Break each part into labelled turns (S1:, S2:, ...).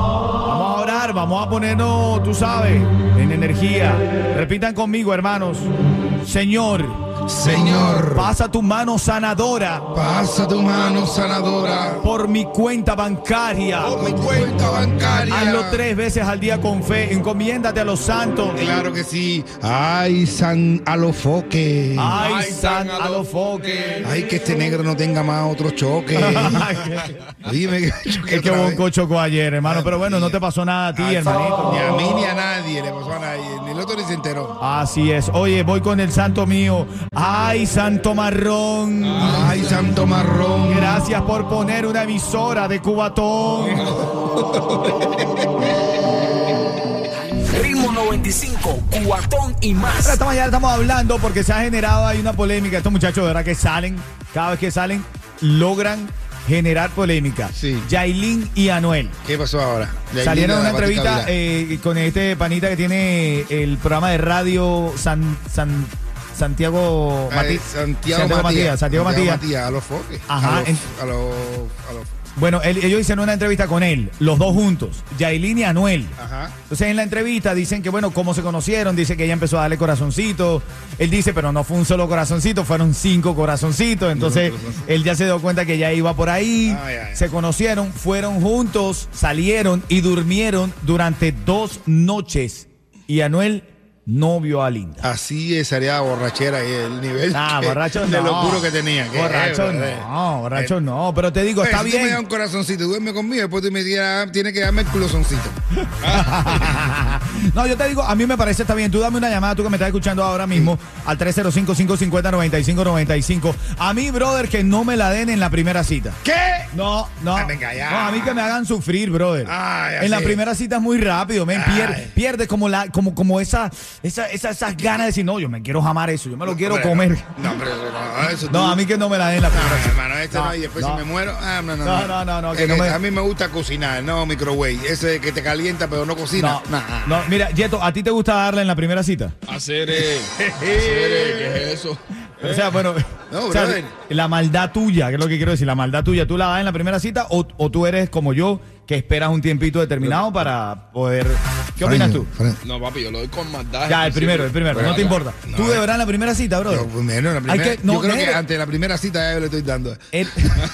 S1: a orar, vamos a ponernos, tú sabes, en energía. Repitan conmigo, hermanos. Señor,
S2: Señor,
S1: pasa tu mano sanadora
S2: pasa tu mano sanadora
S1: por mi cuenta bancaria.
S2: por mi cuenta bancaria.
S1: Hazlo tres veces al día con fe. Encomiéndate a los santos.
S2: Claro que sí. Ay, San Alofoque.
S1: Ay, San Alofoque.
S2: Ay, que este negro no tenga más otro choque. Dime que choque.
S1: Es que
S2: otra vez.
S1: Bonco chocó ayer, hermano. Pero bueno, no te pasó nada a ti,
S2: Ay,
S1: hermanito.
S2: Ni a mí ni a nadie le pasó a nadie. Ni el otro ni se enteró.
S1: Así es. Oye, voy con el santo mío. Ay, santo marrón.
S2: Ay, Santo Marrón.
S1: Gracias por poner una emisora de Cubatón.
S3: Ritmo 95, cuatón y
S1: Ahora
S3: más.
S1: esta mañana estamos hablando porque se ha generado ahí una polémica. Estos muchachos de verdad que salen, cada vez que salen, logran generar polémica.
S2: Sí.
S1: Yailin y Anuel.
S2: ¿Qué pasó ahora? Ya
S1: Salieron
S2: hay
S1: en una
S2: la Batica
S1: entrevista
S2: Vila.
S1: eh, con este panita que tiene el programa de radio San, San- Santiago,
S2: Ay,
S1: Mati-
S2: Eh, Santiago,
S1: Santiago Matías. Santiago Matías.
S2: a los foques.
S1: Ajá,
S2: A los-
S1: en-
S2: a los- a los-
S1: Bueno, él- ellos hicieron una entrevista con él, los dos juntos, Yailin y Anuel.
S2: Ajá.
S1: Entonces en la entrevista dicen que, bueno, cómo se conocieron, dice que ella empezó a darle corazoncito. Él dice, pero no fue un solo corazoncito, fueron cinco corazoncitos. Entonces él ya se dio cuenta que ya iba por ahí.
S2: Ah, ya, ya.
S1: Se conocieron, fueron juntos, salieron y durmieron durante dos noches. Y Anuel no vio a Linda.
S2: Así es, área borrachera y el nivel
S1: Ah,
S2: que-
S1: borracho
S2: de
S1: no.
S2: locuro que tenía. que-
S1: borracho
S2: eh, eh.
S1: no, borracho
S2: Eh,
S1: no. Pero te digo,
S2: eh,
S1: está
S2: si Tú me das
S1: bien.
S2: un corazoncito, duerme conmigo, después tú me dirás, tienes que darme el culozoncito.
S1: no, yo te digo, a mí me parece está bien. Tú dame una llamada, tú que me estás escuchando ahora mismo, al 305-550-9595. A mí, brother, que no me la den en la primera cita.
S2: ¿Qué?
S1: No, no.
S2: Ah, venga ya.
S1: No, a mí que me hagan sufrir, brother.
S2: Ay, así
S1: en la
S2: es.
S1: primera cita es muy rápido, men. Pier-
S2: Ay.
S1: pierdes como la, como, como esa, esa, esa- esas ganas de decir, no, yo me quiero jamar eso, yo me lo quiero
S2: Hombre,
S1: comer.
S2: No, hombre, eso no, eso tú-
S1: No, a mí que no me la den en la
S2: No,
S1: primera cita.
S2: hermano, este
S1: No,
S2: no, y después
S1: no.
S2: si me muero, ah, no, no,
S1: No,
S2: no.
S1: no, no, no,
S2: Eh,
S1: que no me-
S2: A mí me gusta cocinar, no microwave. Ese que te calienta pero no cocina.
S1: No,
S2: nah.
S1: no, mira, Yeto, ¿a ti te gusta darle en la primera cita?
S4: Hacer, eh, hacer, eh, ¿qué es eso?
S1: O sea, bueno,
S2: No,
S1: o sea,
S2: brother.
S1: la maldad tuya, que es lo que quiero decir, la maldad tuya, ¿tú la das en la primera cita o, o tú eres como yo, que esperas un tiempito determinado para poder... ¿Qué opinas tú?
S2: Frank,
S4: No, papi, yo lo doy con maldad.
S1: Ya, el primero, el primero, no te importa. ¿Tú de verdad en la primera cita, bro?
S2: yo, pues, no, la primera-
S1: que- no,
S2: yo creo que
S1: negro.
S2: ante la primera cita ya yo le estoy dando.
S1: El-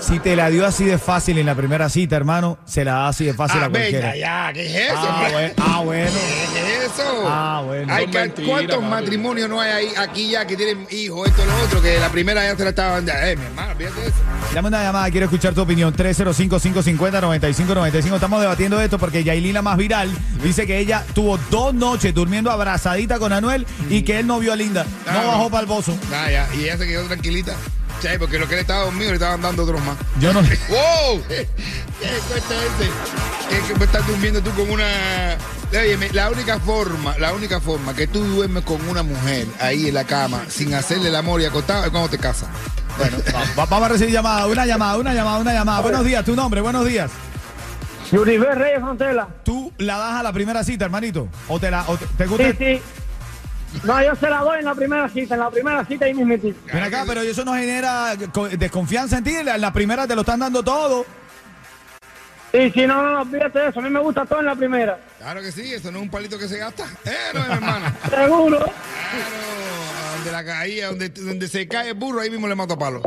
S1: si te la dio así de fácil en la primera cita, hermano, se la da así de fácil
S2: Ah,
S1: a cualquiera.
S2: venga, ya, ¿qué es eso?
S1: ah,
S2: Frank?
S1: bueno, ah, bueno.
S2: ¿Qué es eso?
S1: Ah, bueno.
S2: Hay
S4: Son
S2: que-
S4: mentiras,
S2: ¿Cuántos
S4: papi.
S2: matrimonios no hay ahí, aquí ya que tienen hijos, esto, lo otro? Que la primera ya se la estaban dando. Eh, mi hermano, fíjate eso.
S1: Dame una llamada, quiero escuchar tu opinión. 305-550-9595. Estamos debatiendo esto porque Yailin, la más viral, dice que ella tuvo dos noches durmiendo abrazadita con Anuel y que él no vio a Linda.
S2: Ah,
S1: No bajó para el bozo.
S2: Nah, ya, y ella se quedó tranquilita. Sí, porque lo que él estaba dormido le estaban dando otros más.
S1: Yo no.
S2: ¡Wow! ¿Qué cuesta ese? ¿Qué, qué estás durmiendo tú con una.? Óyeme, la única forma, la única forma que tú duermes con una mujer ahí en la cama sin hacerle el amor y acostado es cuando te casas. Bueno,
S1: Va- vamos a recibir llamada, una llamada, una llamada, una llamada. Buenos días, tu nombre, buenos días.
S5: Yuriver Reyes Frontela.
S1: ¿Tú la das a la primera cita, hermanito? ¿O te, la, o te, te gusta?
S5: Sí, sí. No, yo se la doy en la primera cita, en la primera cita ahí mismo.
S1: Ven acá, pero eso no genera co- desconfianza en ti. En la- en la primera te lo están dando todo.
S5: Sí, sí, no, no, no, olvídate de eso. A mí me gusta todo en la primera.
S2: claro que sí, eso no es un palito que se gasta. Eh, no, mi hermana.
S5: Seguro.
S2: Claro, donde la caía, donde, donde se cae el burro, ahí mismo le mato a palo.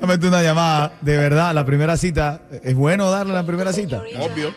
S1: Dame tú una llamada, de verdad, la primera cita. ¿Es bueno darle la primera cita?
S4: Obvio.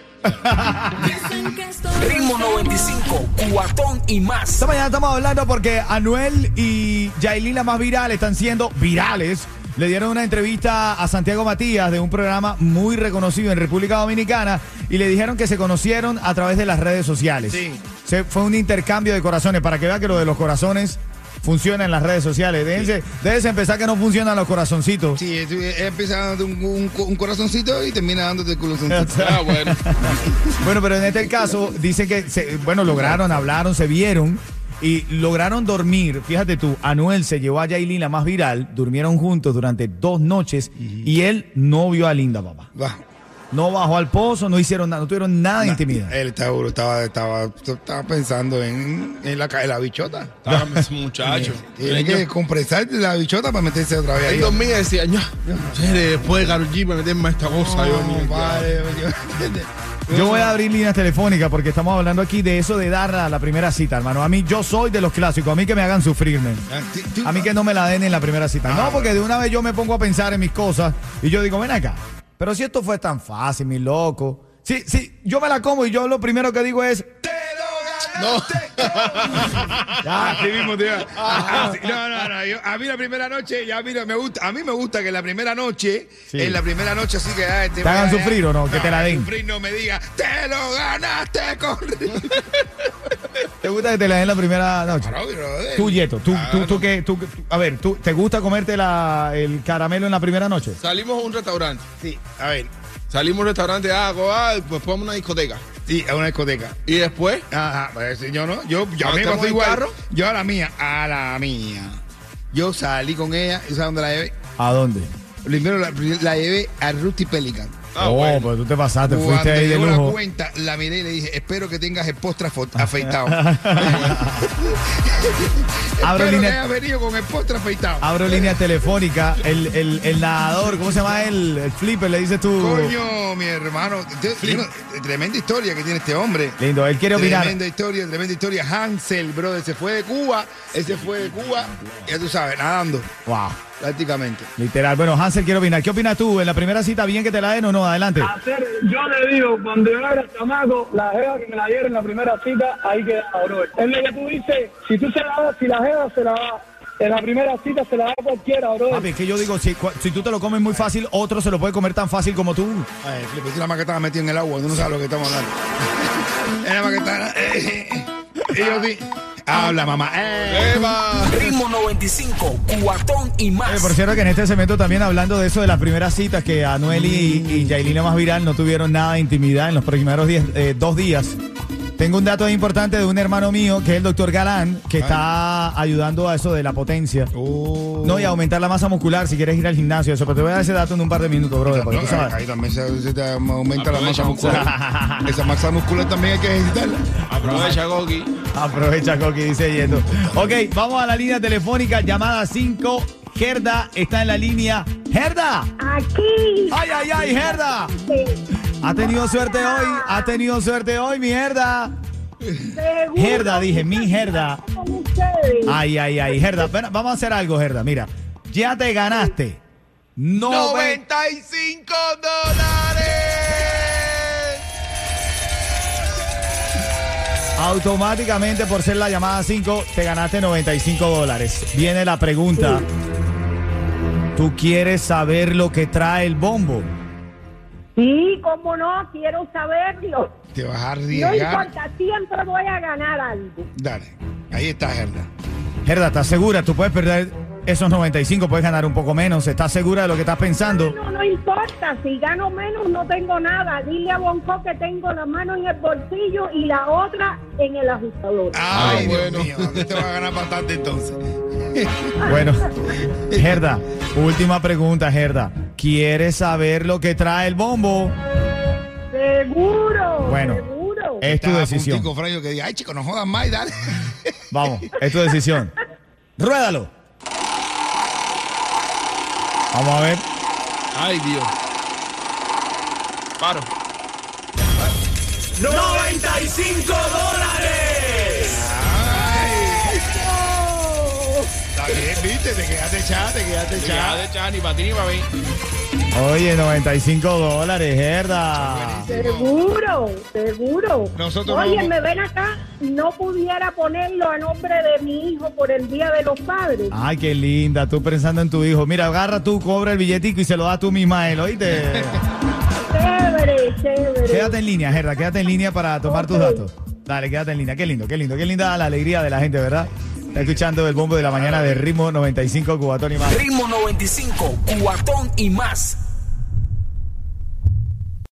S3: Ritmo 95, cuatón y más.
S1: Esta mañana estamos hablando porque Anuel y Yailin, la más viral, están siendo virales. Le dieron una entrevista a Santiago Matías de un programa muy reconocido en República Dominicana y le dijeron que se conocieron a través de las redes sociales.
S2: Sí.
S1: Se, fue un intercambio de corazones para que vea que lo de los corazones funciona en las redes sociales. Déjense, déjense empezar que no funcionan los corazoncitos.
S2: Sí, es- es- empieza dándote un, un- un corazoncito y termina dándote el corazoncito.
S4: Ah, bueno.
S1: Bueno, pero en este caso dicen que, se- bueno, lograron, hablaron, se vieron y lograron dormir. Fíjate tú, Anuel se llevó a Yailin, la más viral, durmieron juntos durante dos noches y él no vio a Linda, papá.
S2: Va.
S1: No bajó al pozo, no hicieron nada, no tuvieron nada de intimidad.
S2: Él estaba, estaba, estaba, estaba pensando en, en la, ca- en la bichota.
S4: Dame ese muchacho.
S2: Tiene que compresar la bichota para meterse otra vez
S4: Ahí
S2: ahí.
S4: dormía y decía, yo, después de Karol G me meterme a esta cosa. yo,
S2: No,
S4: mira,
S2: vale,
S1: Yo voy a abrir líneas telefónicas porque estamos hablando aquí de eso de dar a la primera cita, hermano. A mí yo soy de los clásicos, a mí que me hagan sufrirme.
S2: Ah, sí, sí.
S1: A mí que no me la den en la primera cita.
S2: Ah.
S1: No, porque de una vez yo me pongo a pensar en mis cosas y yo digo, ven acá, pero si esto fue tan fácil, mi loco. Sí, sí, yo me la como y yo lo primero que digo es,
S4: No,
S1: ya,
S2: Así Ah, mismo, tío. Así- no, no, no. yo- a mí la primera noche, ya mira, me gusta, a mí me gusta que la primera noche,
S1: Sí.
S2: en la primera noche así que ay,
S1: Te hagan
S2: voy a-
S1: sufrir o no, que te la den.
S2: Sufrir no me diga, te lo ganaste con.
S1: ¿te gusta que te la den la primera noche?
S2: Claro, brother.
S1: Tú, Yeto, tú, tú,
S2: Claro.
S1: tú que, tú, tú- a ver, tú, ¿te gusta comerte la- el caramelo en la primera noche?
S4: salimos a un restaurante.
S2: Sí, a ver,
S4: Salimos a un restaurante, ah, go, ah, después vamos a una discoteca.
S2: sí, a una discoteca.
S4: Y después,
S2: Ajá, pues, yo no, yo, yo a mí
S4: ¿No
S2: me
S4: estamos
S2: pasó
S4: en
S2: igual.
S4: carro?
S2: Yo a la mía, a la mía. Yo salí con ella, ¿y sabes dónde la llevé?
S1: ¿A dónde?
S2: Primero la, la llevé a Rusty Pelican.
S4: ah,
S1: oh,
S4: bueno.
S1: pero tú te pasaste, fuiste
S2: Cuando
S1: ahí de
S2: llegó la
S1: lujo.
S2: Uh, cuenta, la miré y le dije, espero que tengas el postre afo- afeitado.
S1: Abro
S2: espero que
S1: línea- Ah,
S2: hayas venido con el postre afeitado.
S1: Abro línea telefónica. El, el, el nadador, ¿cómo se llama él? El flipper, le dices tú.
S2: Coño, mi hermano. Yo- yo no- tremenda historia que tiene este hombre.
S1: Lindo, él quiere opinar.
S2: Tremenda historia, tremenda historia. Hansel, brother, se fue de Cuba. Él se fue de Cuba, ya tú sabes, nadando,
S1: Wow,
S2: prácticamente.
S1: literal. Bueno, Hansel quiere opinar. ¿Qué opinas tú? ¿En la primera cita bien que te la den o no? Adelante.
S5: Hacer, yo le digo, cuando yo era chamaco, la jeva que me la dieron en la primera cita, ahí quedaba, bro. Es lo que tú dices, si tú se la das, si la jeva se la da, en la primera cita se la da cualquiera, bro.
S1: Papi, es que yo digo, si, cua- si tú te lo comes muy fácil, otro se lo puede comer tan fácil como tú.
S2: Ay, Felipe, tú nada más que estabas metido en el agua, tú no sabes lo que estamos hablando. Era más que estaba. eh, y yo sí. Habla, mamá. Eh.
S4: Eva.
S3: Ritmo 95, cuatón y
S1: Eh,
S3: más.
S1: por cierto, que en este segmento también hablando de eso de las primeras citas, que Anuel y, y Yailina más viral no tuvieron nada de intimidad en los primeros diez- eh, dos días. Tengo un dato importante de un hermano mío, que es el doctor Galán, que está ayudando a eso de la potencia.
S2: Oh.
S1: No, y aumentar la masa muscular si quieres ir al gimnasio, eso. Pero te voy a dar ese dato en un par de minutos, brother, porque
S2: No,
S1: tú
S2: ahí-
S1: sabes.
S2: ahí también se, se te aumenta la masa
S4: Aprovecha,
S2: muscular. Esa masa muscular también hay que ejercitarla.
S4: Aprovecha, Goki.
S1: Aprovecha, Coqui, dice Yeto. Ok, vamos a la línea telefónica, llamada 5. Gerda está en la línea. ¡Gerda!
S6: Aquí.
S1: ¡Ay, ay, ay, Gerda! ¿Ha tenido suerte hoy? ¿Ha tenido suerte hoy, mi Gerda? Gerda, dije, mi Gerda. Ay, ay, ay, Gerda. Ven, vamos a hacer algo, Gerda. Mira, ya te ganaste. 90
S4: 95 dólares.
S1: Automáticamente, por ser la llamada 5, te ganaste 95 dólares. Viene la pregunta. ¿Tú quieres saber lo que trae el bombo?
S6: Sí, cómo no, quiero saberlo.
S2: Te vas a
S6: No
S2: arriesgar.
S6: importa, siempre voy a ganar algo.
S2: Dale. Ahí está, Gerda.
S1: Gerda, ¿estás segura? Tú puedes perder esos 95, puedes ganar un poco menos. ¿Estás segura de lo que estás pensando?
S6: No, no importa, si gano menos no tengo nada. Dile a Bonco que tengo la mano en el bolsillo y la otra en el ajustador.
S2: Ay, Dios
S4: bueno.
S2: mío. Te vas a ganar bastante entonces.
S1: Bueno, Gerda, última pregunta, Gerda. ¿Quieres saber lo que trae el bombo?
S6: Seguro,
S1: Bueno,
S6: seguro.
S1: Es tu
S2: Estaba
S1: decisión.
S2: puntico, Frayo, que diga, ay, chico, no jodas más y dale.
S1: Vamos, es tu decisión. Ruédalo. Vamos a ver.
S4: Ay, Dios. Paro.
S3: 95 dólares.
S2: Está bien, viste, te quedaste echada, te quedaste
S4: Ya
S2: echada.
S4: de Chani, para ti ni para mí.
S1: Oye, 95 dólares, Gerda.
S6: Seguro, seguro.
S2: Nosotros no
S6: Oye,
S2: vamos-
S6: me ven acá, no pudiera ponerlo a nombre de mi hijo por el Día de los Padres.
S2: Ah.
S1: Ay, qué linda, tú pensando en tu hijo. Mira, agarra tú, cobra el billetico y se lo das tú misma a él, oíste.
S6: Chévere, chévere.
S1: quédate en línea, Gerda, quédate en línea para tomar tus
S6: Ok.
S1: datos. Dale, quédate en línea. Qué lindo, qué lindo, qué linda la alegría de la gente, ¿verdad? Está escuchando el bombo de la mañana de ritmo 95 cubatón y más.
S3: Ritmo 95, cuatón y más.